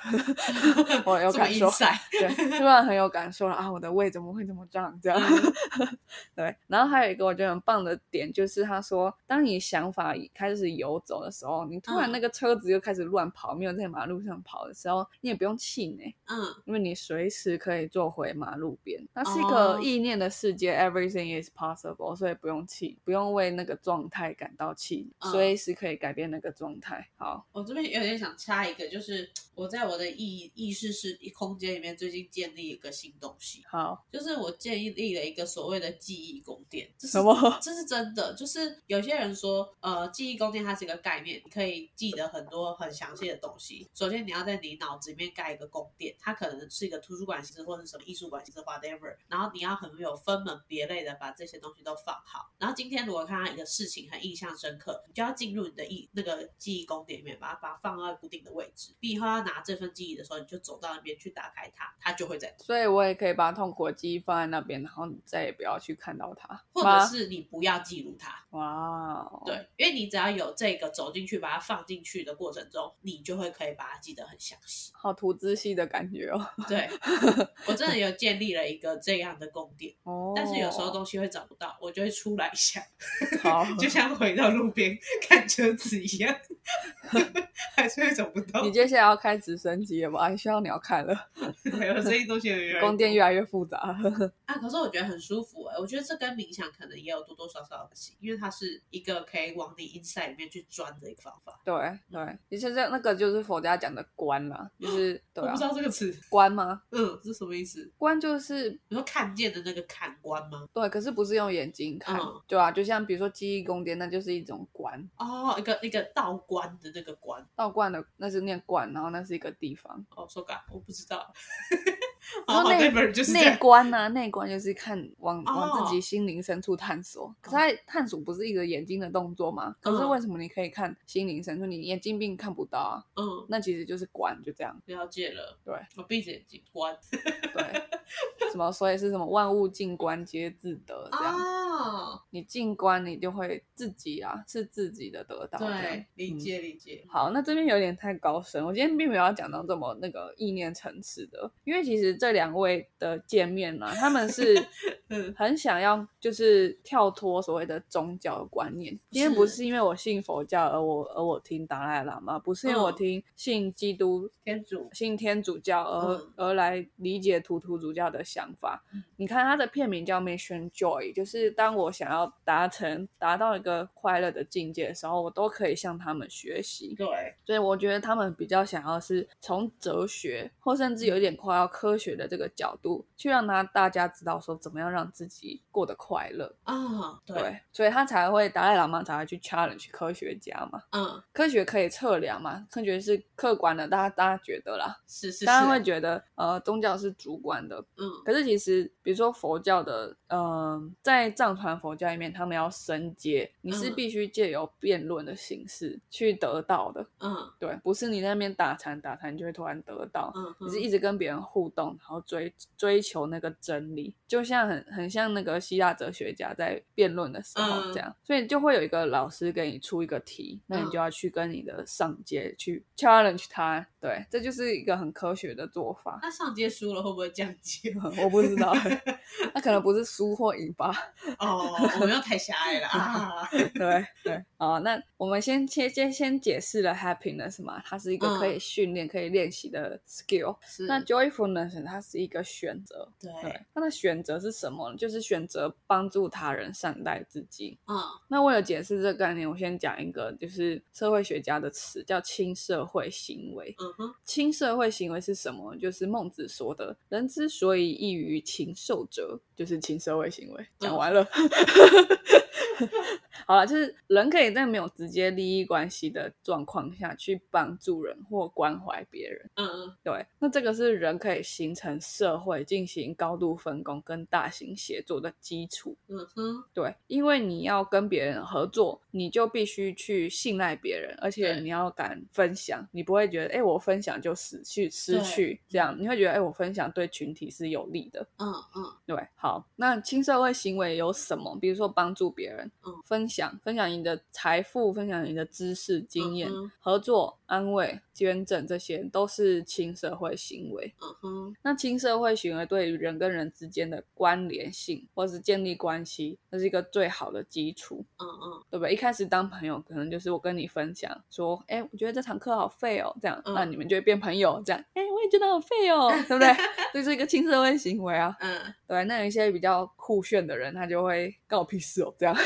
[SPEAKER 1] 我有
[SPEAKER 2] 这么，
[SPEAKER 1] 感受
[SPEAKER 2] inside <laughs>
[SPEAKER 1] 对，突然很有感受了啊，我的胃怎么会这么胀？这样，
[SPEAKER 2] 嗯
[SPEAKER 1] <laughs> 对。然后还有一个我觉得很棒的点就是，他说，当你想法开始游走的时候，你突然
[SPEAKER 2] 嗯
[SPEAKER 1] 那个车子又开始乱跑，没有在马路上跑的时候，你也不用气馁。
[SPEAKER 2] 嗯
[SPEAKER 1] 因为你随时可以坐回马路边，它是一个
[SPEAKER 2] 哦
[SPEAKER 1] 意念的世界、e v e r y t h i n g is possible，所以不用气，不用为那个状态感到气馁，
[SPEAKER 2] 嗯
[SPEAKER 1] 随时可以改变那个状态。好，
[SPEAKER 2] 我这边有点想插一个，就是我在我的意意识是空间里面最近建立一个新东西，
[SPEAKER 1] 好，
[SPEAKER 2] 就是我建立了一个所谓的记忆宫殿。这是
[SPEAKER 1] 什么？
[SPEAKER 2] 这是真的，就是有些人说，呃，记忆宫殿它是一个概念，你可以记得很多很详细的东西。首先，你要在你脑子里面盖一个宫殿，它可能是一个图书馆形式，或者是什么艺术馆形式，whatever。然后你要很有分门别类的把这些东西都放好。然后今天如果看到一个事情很印象深刻，你就要进入你的意那个记忆宫殿里面，把它把它放到固定的位置。你以后要拿这份记忆的时候，你就走到那边去打开它，它就会在
[SPEAKER 1] 所以我也可以把痛苦的记忆放在那边，然后再也不要去看到它。
[SPEAKER 2] 或
[SPEAKER 1] 吗
[SPEAKER 2] 者是你不要记录它。
[SPEAKER 1] 哇哦，，
[SPEAKER 2] 对，因为你只要有这个走进去，把它放进去的过程中，你就会可以把它记得很详细。
[SPEAKER 1] 好图资系的感觉哦。 <laughs>
[SPEAKER 2] 对我真的有建立了一个这样的宫殿，
[SPEAKER 1] 哦，
[SPEAKER 2] <laughs> 但是有时候东西会找不到，我就会出来一下，
[SPEAKER 1] 好，
[SPEAKER 2] 就像回到路边 <laughs> 看车子一样， <laughs> 还是会找不到
[SPEAKER 1] 你。接下来要开直升机了吧？哎你需要鸟看了，
[SPEAKER 2] 没有这些东西有点
[SPEAKER 1] 宫殿越来越复杂。
[SPEAKER 2] 啊，可是我觉得很舒服哎、我觉得这跟冥想可能也有多多少少的关系，因为它是一个可以往你 inside 里面去钻的一个方法。
[SPEAKER 1] <laughs> 对对，其实这那个就是佛家讲的观啦，就是对
[SPEAKER 2] 我
[SPEAKER 1] 啊
[SPEAKER 2] 不知，道这个词，
[SPEAKER 1] 观吗？
[SPEAKER 2] 嗯，是什么意思？
[SPEAKER 1] 观就是
[SPEAKER 2] 你说看见的那个感官吗？
[SPEAKER 1] 对，可是不是用眼睛看，
[SPEAKER 2] 嗯
[SPEAKER 1] 对啊，就像比如说记忆宫殿，那就是一种观，
[SPEAKER 2] 哦，一个一个道观的那个观
[SPEAKER 1] 道观的那是念观，然后那是一个地方，
[SPEAKER 2] 哦，说嘎，我不知道。
[SPEAKER 1] 然
[SPEAKER 2] 哦
[SPEAKER 1] 后，内
[SPEAKER 2] 那本就是这
[SPEAKER 1] 内
[SPEAKER 2] 样。
[SPEAKER 1] 观呢、内观就是看往往
[SPEAKER 2] 哦
[SPEAKER 1] 自己心灵深处探索，可是它探索不是一个眼睛的动作吗？可是
[SPEAKER 2] 嗯
[SPEAKER 1] 为什么你可以看心灵深处，你眼睛并看不到啊？
[SPEAKER 2] 嗯，
[SPEAKER 1] 那其实就是观，就这样，
[SPEAKER 2] 了解了。哦
[SPEAKER 1] 对
[SPEAKER 2] 我闭着眼睛观
[SPEAKER 1] <laughs>
[SPEAKER 2] <laughs>
[SPEAKER 1] 对，什么所以是什么万物静观皆自得这样。
[SPEAKER 2] 啊哦，
[SPEAKER 1] 你静观，你就会自己啊，是自己的得到。这样嗯
[SPEAKER 2] 对，理解理解。
[SPEAKER 1] 好，那这边有点太高深，我今天并没有要讲到这么那个意念层次的，因为其实这两位的见面呢、他们是
[SPEAKER 2] <laughs> 嗯，
[SPEAKER 1] 很想要就是跳脱所谓的宗教的观念。今天不
[SPEAKER 2] 是
[SPEAKER 1] 是因为我信佛教而我而我听达赖喇嘛，不是因为我
[SPEAKER 2] 嗯
[SPEAKER 1] 听信基督
[SPEAKER 2] 天主
[SPEAKER 1] 信天主教而、
[SPEAKER 2] 嗯
[SPEAKER 1] 而来理解图图主教的想法。你看他的片名叫 Mission Joy，就是当我想要达成达到一个快乐的境界的时候，我都可以向他们学习。
[SPEAKER 2] 对，
[SPEAKER 1] 所以我觉得他们比较想要是从哲学或甚至有一点快要科学的这个角度，去让他大家知道说怎么样让自己过得快乐。
[SPEAKER 2] 啊，对，
[SPEAKER 1] 对，所以他才会达赖喇嘛才会去 challenge 科学家嘛，
[SPEAKER 2] 嗯，
[SPEAKER 1] 科学可以测量嘛，科学是客观的，大家大家觉得啦，
[SPEAKER 2] 是是是，
[SPEAKER 1] 大家会觉得呃宗教是主观的，
[SPEAKER 2] 嗯，
[SPEAKER 1] 可是其实比如说佛教的，呃，在藏传佛教里面，他们要升阶，你是
[SPEAKER 2] 嗯
[SPEAKER 1] 必须借由辩论的形式去得到的，
[SPEAKER 2] 嗯
[SPEAKER 1] 对，不是你在那边打禅打禅就会突然得到。
[SPEAKER 2] 嗯，
[SPEAKER 1] 你是
[SPEAKER 2] 嗯
[SPEAKER 1] 一直跟别人互动，然后追追求那个真理，就像很很像那个希腊哲学家在辩论的时候
[SPEAKER 2] 嗯
[SPEAKER 1] 这样，所以就会有一个老师给你出一个题，那你
[SPEAKER 2] 嗯
[SPEAKER 1] 就要去跟你的上阶去 challenge 他，对，这就是一个很科学的做法。 <laughs>
[SPEAKER 2] 那上街输了会不会降阶？
[SPEAKER 1] 我不知
[SPEAKER 2] <laughs>
[SPEAKER 1] 道，那可能不是输或赢吧。
[SPEAKER 2] 哦，我们又太狭隘了
[SPEAKER 1] <laughs>
[SPEAKER 2] 啊！
[SPEAKER 1] 对对，好，那我们先先先先解释了 happiness 嘛，它是一个
[SPEAKER 2] 嗯
[SPEAKER 1] 可以训练、可以练习的 skill。
[SPEAKER 2] 是，
[SPEAKER 1] 那 joyfulness 它是一个选择，
[SPEAKER 2] 对，
[SPEAKER 1] 对，它的选择是什么呢？就是选择帮助他人、善待自己。
[SPEAKER 2] 嗯
[SPEAKER 1] 那为了解释这个概念，我先讲一个就是社会学家的词，叫亲社会行为。
[SPEAKER 2] 嗯哼，
[SPEAKER 1] 亲社会行为是什么？就是孟子说的“人之所以异于禽兽者”，就是亲社会行为。讲完了， <laughs> 好了，就是人可以在没有直接利益关系的状况下去帮助人或关怀别人。
[SPEAKER 2] 嗯嗯
[SPEAKER 1] 对，那这个是人可以形成社会、进行高度分工跟大型协作的基础。
[SPEAKER 2] 嗯哼，
[SPEAKER 1] 对，因为你要跟别人合作，你就必须去信赖别人，而且
[SPEAKER 2] 对
[SPEAKER 1] 你要敢分享，你不会觉得哎、诶我分享就失去失
[SPEAKER 2] 对
[SPEAKER 1] 去这样，你会觉得哎、诶我分享对群体是有利的。
[SPEAKER 2] 嗯嗯
[SPEAKER 1] 对，好，那亲社会行为有什么？比如说帮助别人，
[SPEAKER 2] 嗯
[SPEAKER 1] 分享分享你的财富，分享你的知识经验，
[SPEAKER 2] 嗯哼
[SPEAKER 1] 合作、安慰、捐赠，这些都是亲社会行为。
[SPEAKER 2] 嗯哼，
[SPEAKER 1] 那亲社会行为对于人跟人之间的关联性，或是建立关系，这是一个最好的基础，
[SPEAKER 2] 嗯嗯
[SPEAKER 1] 对不对？一开始当朋友，可能就是我跟你分享说，哎，我觉得这堂课好废哦，这样，
[SPEAKER 2] 嗯
[SPEAKER 1] 那你们就会变朋友，这样，哎，我也觉得好废哦，对不对？这是一个亲社会行为啊，
[SPEAKER 2] 嗯，
[SPEAKER 1] 对。那有一些比较酷炫的人，他就会告我屁事哦，这样， <laughs>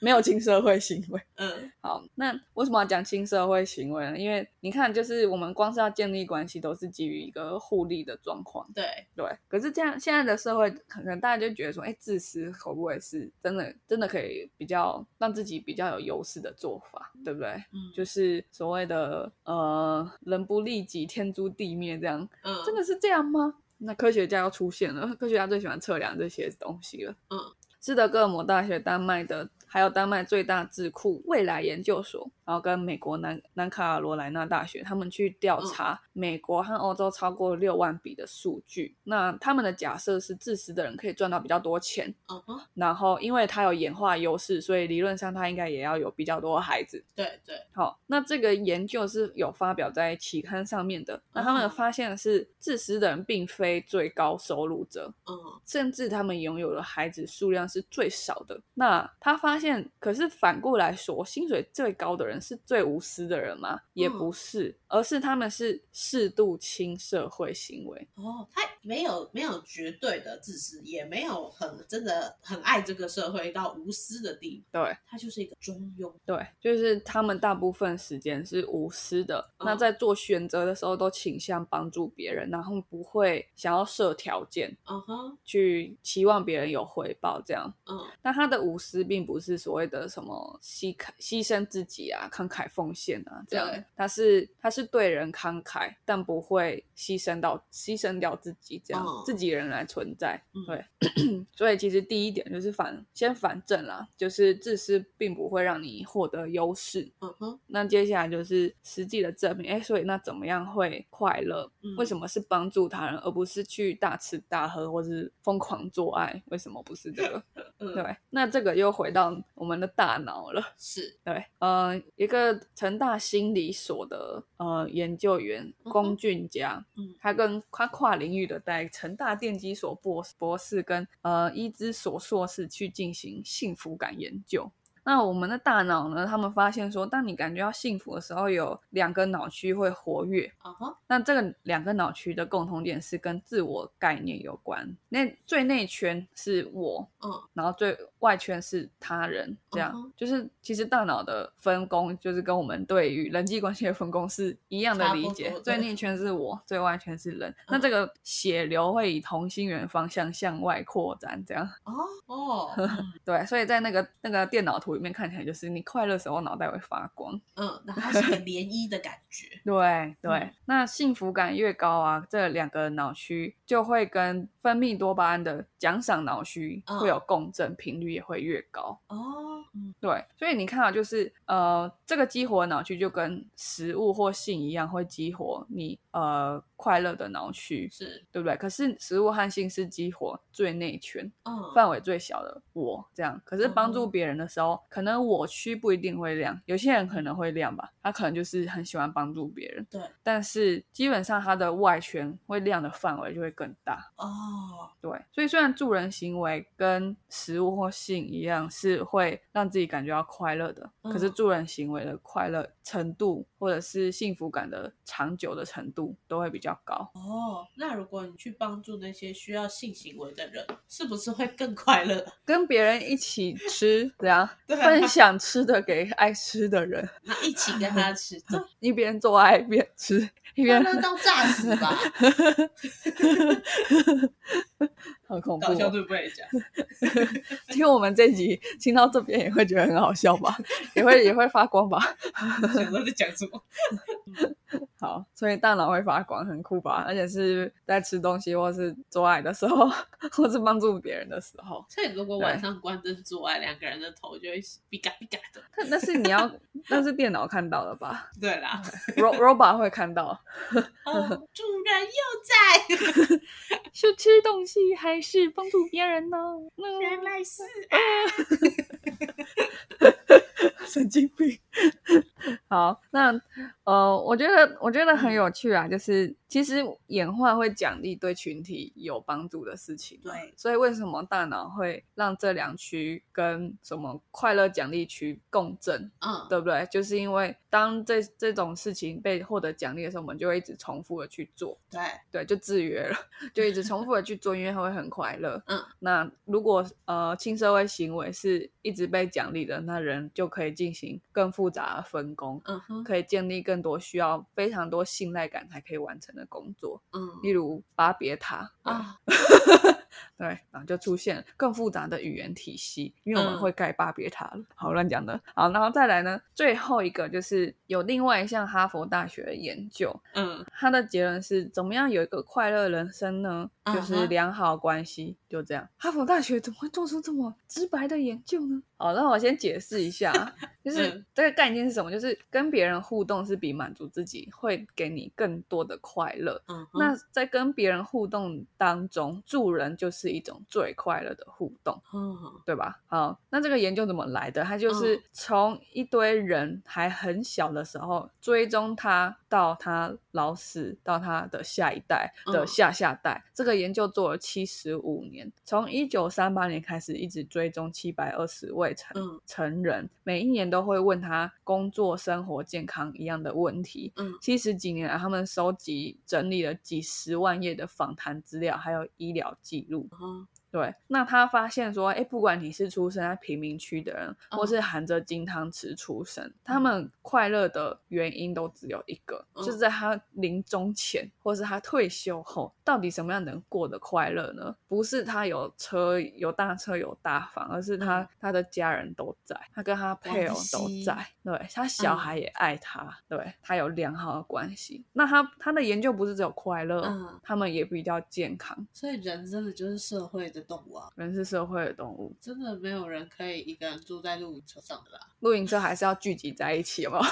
[SPEAKER 1] 没有亲社会行为。
[SPEAKER 2] 嗯
[SPEAKER 1] 好，那为什么要讲亲社会行为呢？因为你看，就是我们光是要建立关系，都是基于一个互利的状况。
[SPEAKER 2] 对，
[SPEAKER 1] 对，可是这样现在的社会，可能大家就觉得说，哎，自私会不会是真的真的可以比较让自己比较有优势的做法，对不对？
[SPEAKER 2] 嗯，
[SPEAKER 1] 就是所谓的呃，人不利己，天诛地灭这样，
[SPEAKER 2] 嗯
[SPEAKER 1] 真的是这样吗？那科学家要出现了，科学家最喜欢测量这些东西了。
[SPEAKER 2] 嗯，
[SPEAKER 1] 斯德哥尔摩大学丹麦的，还有丹麦最大智库未来研究所，然后跟美国南南卡罗来纳大学，他们去调查美国和欧洲超过六万笔的数据。那他们的假设是自私的人可以赚到比较多钱，
[SPEAKER 2] 嗯哼，
[SPEAKER 1] 然后因为他有演化优势，所以理论上他应该也要有比较多的孩子。
[SPEAKER 2] 对对，
[SPEAKER 1] 好，那这个研究是有发表在期刊上面的。那他
[SPEAKER 2] 哦
[SPEAKER 1] 们发现的是，自私的人并非最高收入者，
[SPEAKER 2] 嗯
[SPEAKER 1] 甚至他们拥有的孩子数量是最少的。那他发现，可是反过来说，薪水最高的人是最无私的人吗？也
[SPEAKER 2] 嗯
[SPEAKER 1] 不是，而是他们是适度亲社会行为。
[SPEAKER 2] 哦，他没有没有绝对的自私，也没有很真的很爱这个社会到无私的地步，
[SPEAKER 1] 对
[SPEAKER 2] 他就是一个中庸，
[SPEAKER 1] 对，就是他们大部分时间是无私的，那
[SPEAKER 2] 嗯
[SPEAKER 1] 在做选择的时候都倾向帮助别人，然后不会想要设条件。
[SPEAKER 2] 嗯哼，
[SPEAKER 1] 去期望别人有回报，这样。
[SPEAKER 2] 嗯
[SPEAKER 1] 那他的无私并不是所谓的什么牺牲牺牲自己啊、慷慨奉献啊这
[SPEAKER 2] 对
[SPEAKER 1] 样，他是他是对人慷慨，但不会牺牲到牺牲掉自己，这样、
[SPEAKER 2] 哦
[SPEAKER 1] 自己人来存在。
[SPEAKER 2] 嗯
[SPEAKER 1] 对， <clears throat> 所以其实第一点就是反先反证啦，就是自私并不会让你获得优势。
[SPEAKER 2] 嗯哼，
[SPEAKER 1] 那接下来就是实际的证明，哎，所以那怎么样会快乐？
[SPEAKER 2] 嗯
[SPEAKER 1] 为什么是帮助他人，而不是去大吃大喝或是疯狂做爱？为什么不是这个？
[SPEAKER 2] 嗯，
[SPEAKER 1] 对，那这个又回到我们的大脑了。
[SPEAKER 2] 是，
[SPEAKER 1] 对，呃，一个成大心理所的呃研究员
[SPEAKER 2] 嗯哼
[SPEAKER 1] 龚俊佳，
[SPEAKER 2] 嗯
[SPEAKER 1] 他跟他跨领域的在成大电机所博博士跟呃医资所硕士去进行幸福感研究。那我们的大脑呢？他们发现说，当你感觉到幸福的时候，有两个脑区会活跃。
[SPEAKER 2] 啊哈，
[SPEAKER 1] 那这个两个脑区的共同点是跟自我概念有关。那最内圈是我，
[SPEAKER 2] 嗯，
[SPEAKER 1] 然后最外圈是他人，这样、
[SPEAKER 2] 嗯哼
[SPEAKER 1] 就是其实大脑的分工就是跟我们对于人际关系的分工是一样的理
[SPEAKER 2] 差
[SPEAKER 1] 解
[SPEAKER 2] 不。多嗯
[SPEAKER 1] 最
[SPEAKER 2] 对
[SPEAKER 1] 内圈是我，最外圈是人。那这个血流会以同心圆方向向外扩展，这样
[SPEAKER 2] 哦哦， <laughs> 嗯
[SPEAKER 1] 对。所以在那个那个电脑图里面看起来，就是你快乐的时候脑袋会发光。
[SPEAKER 2] 嗯，那它是一个涟漪的感觉，
[SPEAKER 1] 对对，
[SPEAKER 2] 嗯
[SPEAKER 1] 那幸福感越高啊，这两个脑区就会跟分泌多巴胺的奖赏脑区
[SPEAKER 2] 嗯
[SPEAKER 1] 会有共振，频率也会越高。
[SPEAKER 2] <laughs> 哦，嗯，
[SPEAKER 1] 对，所以你看啊，就是呃，这个激活的脑区就跟食物或性一样，会激活你呃快乐的脑区，
[SPEAKER 2] 嗯是，
[SPEAKER 1] 对不对？可是食物和性是激活最内圈、
[SPEAKER 2] 嗯，
[SPEAKER 1] 范围最小的我这样，可是帮助
[SPEAKER 2] 嗯
[SPEAKER 1] 别人的时候，可能我区不一定会亮，有些人可能会亮吧，他可能就是很喜欢帮助别人，
[SPEAKER 2] 对，
[SPEAKER 1] 但是基本上他的外圈会亮的范围就会更大。
[SPEAKER 2] 哦，
[SPEAKER 1] 对，所以虽然助人行为跟食物或性一样是会让自己感觉到快乐的，
[SPEAKER 2] 嗯
[SPEAKER 1] 可是助人行为的快乐程度或者是幸福感的长久的程度都会比较高。
[SPEAKER 2] 哦，那如果你去帮助那些需要性行为的人，是不是会更快乐？
[SPEAKER 1] 跟别人一起吃，怎样
[SPEAKER 2] <laughs> 对啊
[SPEAKER 1] 分享吃的给爱吃的人，
[SPEAKER 2] 那一起跟他 <laughs> 吃，这
[SPEAKER 1] 一边做爱一边吃，一
[SPEAKER 2] 快
[SPEAKER 1] 边
[SPEAKER 2] 乐到炸死 <laughs> 吧！
[SPEAKER 1] 很恐怖
[SPEAKER 2] 搞笑
[SPEAKER 1] 哦、
[SPEAKER 2] 对不对？讲，
[SPEAKER 1] 听我们这集听到这边也会觉得很好笑 <laughs> 吧，也会也会发光吧。
[SPEAKER 2] <laughs> 想到在讲什么？
[SPEAKER 1] 好，所以大脑会发光，很酷吧？而且是在吃东西，或是做爱的时候，或是帮助别人的时候。
[SPEAKER 2] 所以如果晚上关灯做爱，两个人的头就会比嘎比嘎的。
[SPEAKER 1] 但但是你 <laughs> 要，那是电脑看到的 <laughs> 吧
[SPEAKER 2] 对啦，
[SPEAKER 1] ？Ro Robot 会看到，
[SPEAKER 2] <laughs> 哦，主人又在，
[SPEAKER 1] <laughs> 是吃东西还是帮助别人呢？
[SPEAKER 2] 原
[SPEAKER 1] 那
[SPEAKER 2] 来是
[SPEAKER 1] <laughs> 神经病。好，那呃，我觉得我觉得很有趣啊，就是其实演化会奖励对群体有帮助的事情。
[SPEAKER 2] 对，
[SPEAKER 1] 所以为什么大脑会让这两区跟什么快乐奖励区共振，
[SPEAKER 2] 嗯，
[SPEAKER 1] 对不对？就是因为当这这种事情被获得奖励的时候，我们就会一直重复的去做，
[SPEAKER 2] 对，
[SPEAKER 1] 对，就制约了，就一直重复的去做，因为它会很快乐。
[SPEAKER 2] 嗯，
[SPEAKER 1] 那如果呃轻社会行为是一直被奖励的，那人就可以进行更复杂的分工。
[SPEAKER 2] 嗯哼，
[SPEAKER 1] 可以建立更多需要非常多信赖感才可以完成的工作，
[SPEAKER 2] 嗯
[SPEAKER 1] 例如巴别塔对
[SPEAKER 2] 啊，
[SPEAKER 1] 对，然后就出现更复杂的语言体系，因为我们
[SPEAKER 2] 嗯
[SPEAKER 1] 会盖巴别塔了。好，乱讲的。好，然后再来呢，最后一个就是有另外一项哈佛大学的研究，
[SPEAKER 2] 嗯
[SPEAKER 1] 它的结论是怎么样有一个快乐人生呢？就
[SPEAKER 2] 嗯
[SPEAKER 1] 是
[SPEAKER 2] 哼
[SPEAKER 1] 良好关系，就这样。哈佛大学怎么会做出这么直白的研究呢？好，那我先解释一下
[SPEAKER 2] <laughs>
[SPEAKER 1] 啊，就是
[SPEAKER 2] 嗯
[SPEAKER 1] 这个概念是什么？就是跟别人互动是比满足自己会给你更多的快乐。
[SPEAKER 2] 嗯哼，
[SPEAKER 1] 那在跟别人互动当中，助人就是一种最快乐的互动，
[SPEAKER 2] 嗯
[SPEAKER 1] 对吧？好，那这个研究怎么来的？它就是
[SPEAKER 2] 嗯
[SPEAKER 1] 从一堆人还很小的时候追踪他到他老死，到他的下一代的
[SPEAKER 2] 嗯
[SPEAKER 1] 下下代。这个研究做了七十五年，从一九三八年开始一直追踪七百二十位成、
[SPEAKER 2] 嗯
[SPEAKER 1] 成人，每一年都会问他工作、生活、健康一样的问题。
[SPEAKER 2] 嗯
[SPEAKER 1] 七十几年来，他们收集整理了几十万页的访谈资料，还有医疗记录。
[SPEAKER 2] 嗯
[SPEAKER 1] 对，那他发现说，哎，不管你是出生在贫民区的人，
[SPEAKER 2] 嗯
[SPEAKER 1] 或是含着金汤匙出生，他们快乐的原因都只有一个，
[SPEAKER 2] 嗯
[SPEAKER 1] 就是在他临终前，或是他退休后，到底什么样能过得快乐呢？不是他有车、有大车、有大房，而是他、
[SPEAKER 2] 嗯
[SPEAKER 1] 他的家人都在，他跟他配偶都在。对他小孩
[SPEAKER 2] 嗯
[SPEAKER 1] 也爱他，对他有良好的关系。那他他的研究不是只有快乐，
[SPEAKER 2] 嗯，
[SPEAKER 1] 他们也比较健康。
[SPEAKER 2] 所以人真的就是社会
[SPEAKER 3] 的动物啊。
[SPEAKER 1] 人是社会的动物，
[SPEAKER 2] 真的没有人可以一个人住在露营车上的啦。
[SPEAKER 1] 露营车还是要聚集在一起，有没有？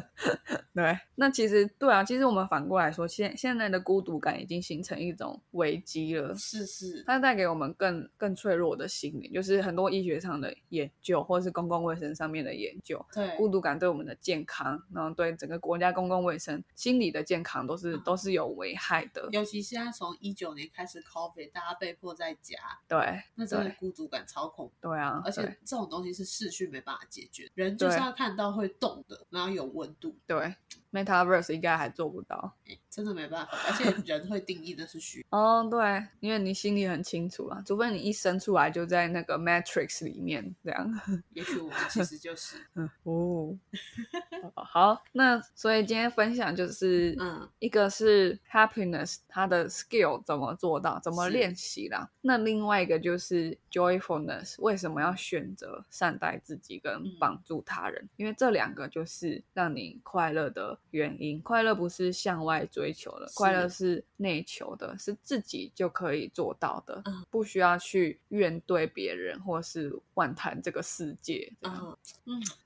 [SPEAKER 1] <laughs> 对，那其实对啊，其实我们反过来说，现现在的孤独感已经形成一种危机了。
[SPEAKER 2] 是是，
[SPEAKER 1] 它带给我们更更脆弱的心灵，就是很多医学上的研究，或者是公共卫生上面的研究，
[SPEAKER 2] 对，
[SPEAKER 1] 孤独感对我们的健康，然后对整个国家公共卫生、心理的健康都是都是有危害的。
[SPEAKER 2] 尤其现在从一九年开始 COVID，大家被迫在家，
[SPEAKER 1] 对，
[SPEAKER 2] 那真的
[SPEAKER 1] 对
[SPEAKER 2] 孤独感超恐怖。
[SPEAKER 1] 对啊，
[SPEAKER 2] 而且
[SPEAKER 1] 对
[SPEAKER 2] 这种东西是视讯没办法解决，人就是
[SPEAKER 1] 对
[SPEAKER 2] 要看到会动的，然后有温度，
[SPEAKER 1] 对，Metaverse 应该还做不到。
[SPEAKER 2] 哎，真的没办法。而且人会定义的是虚，
[SPEAKER 1] 哦，对，因为你心里很清楚啊，除非你一生出来就在那个 Matrix 里面这样。
[SPEAKER 2] 也许我们其实就是，
[SPEAKER 1] 嗯，哦， <laughs> 好，那所以今天分享就是，
[SPEAKER 2] <laughs> 嗯，
[SPEAKER 1] 一个是 happiness，它的 skill 怎么做到，怎么
[SPEAKER 2] 是
[SPEAKER 1] 练习啦。那另外一个就是 joyfulness，为什么要选择善待自己跟
[SPEAKER 2] 嗯
[SPEAKER 1] 帮助他人？因为这两个就是让你快乐的原因。快乐不是向外追求的，
[SPEAKER 2] 是
[SPEAKER 1] 快乐是内求的，是自己就可以做到的，
[SPEAKER 2] 嗯
[SPEAKER 1] 不需要去怨对别人或是妄谈这个世界。这样
[SPEAKER 2] 嗯，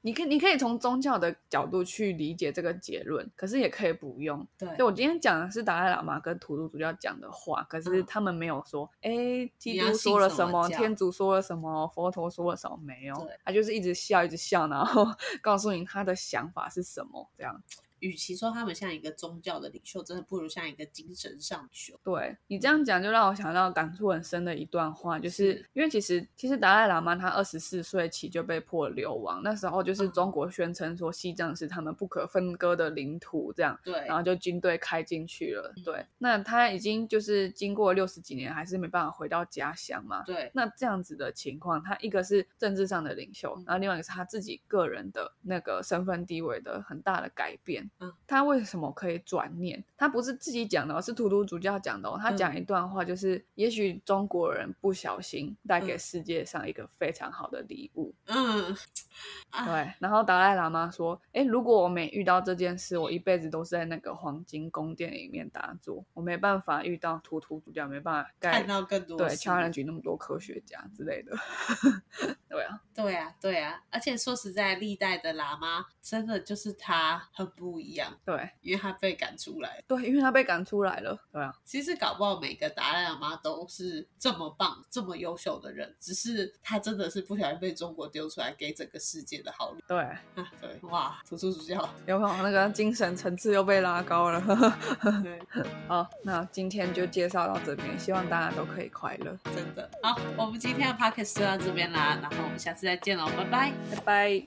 [SPEAKER 1] 你可以你可以从宗教的角度去理解这个结论，可是也可以不用。
[SPEAKER 2] 对，
[SPEAKER 1] 对，我今天讲的是达赖喇嘛跟土著主教讲的话，可是
[SPEAKER 2] 嗯
[SPEAKER 1] 他们没有说，哎、基
[SPEAKER 2] 你要
[SPEAKER 1] 督
[SPEAKER 2] 信
[SPEAKER 1] 说了
[SPEAKER 2] 什
[SPEAKER 1] 什
[SPEAKER 2] 么
[SPEAKER 1] 么，
[SPEAKER 2] 教
[SPEAKER 1] 天主说了什么，佛陀说了什么，没有
[SPEAKER 2] 对，
[SPEAKER 1] 他就是一直笑，一直笑，然后 <laughs> 告诉你他的想法是什么，这样。
[SPEAKER 2] 与其说他们像一个宗教的领袖，真的不如像一个精神上的领袖。
[SPEAKER 1] 对你这样讲，就让我想到感触很深的一段话，就是
[SPEAKER 2] 是
[SPEAKER 1] 因为其实其实达赖喇嘛他二十四岁起就被迫流亡，那时候就是
[SPEAKER 2] 嗯
[SPEAKER 1] 中国宣称说西藏是他们不可分割的领土，这样。
[SPEAKER 2] 对
[SPEAKER 1] 然，后就军队开进去了
[SPEAKER 2] 嗯。
[SPEAKER 1] 对，那他已经就是经过六十几年，还是没办法回到家乡嘛。
[SPEAKER 2] 对，
[SPEAKER 1] 那这样子的情况，他一个是政治上的领袖
[SPEAKER 2] 嗯，
[SPEAKER 1] 然后另外一个是他自己个人的那个身份地位的很大的改变。
[SPEAKER 2] 嗯，
[SPEAKER 1] 他为什么可以转念？他不是自己讲的、哦，是图图主教讲的、哦。他
[SPEAKER 2] 嗯
[SPEAKER 1] 讲一段话，就是、也许中国人不小心带给
[SPEAKER 2] 嗯
[SPEAKER 1] 世界上一个非常好的礼物。
[SPEAKER 2] 嗯， <laughs> 啊，
[SPEAKER 1] 对，然后达赖喇嘛说：“哎，如果我没遇到这件事，我一辈子都是在那个黄金宫殿里面打坐，我没办法遇到图图主教，没办法盖
[SPEAKER 2] 看到更多
[SPEAKER 1] 对
[SPEAKER 2] 事物
[SPEAKER 1] challenge 那么多科学家之类的。 <laughs> 对啊，
[SPEAKER 2] 对呀、啊，对呀、啊，而且说实在，历代的喇嘛真的就是他很不一样，
[SPEAKER 1] 对
[SPEAKER 2] 因为他被赶出来。
[SPEAKER 1] 对，因为他被赶出来了。对啊，
[SPEAKER 2] 其实搞不好每个达赖喇嘛都是这么棒、这么优秀的人，只是他真的是不小心被中国丢出来，给整个世界的好礼
[SPEAKER 1] 对，
[SPEAKER 2] 啊！对，哇，图书主教，
[SPEAKER 1] 有没有那个精神层次又被拉高了？ <laughs>
[SPEAKER 2] 对，
[SPEAKER 1] 好，那今天就介绍到这边，希望大家都可以快乐，
[SPEAKER 2] 真的。好，我们今天的 podcast 就到这边啦，然后我们下次再见喽，拜拜。
[SPEAKER 1] 拜拜。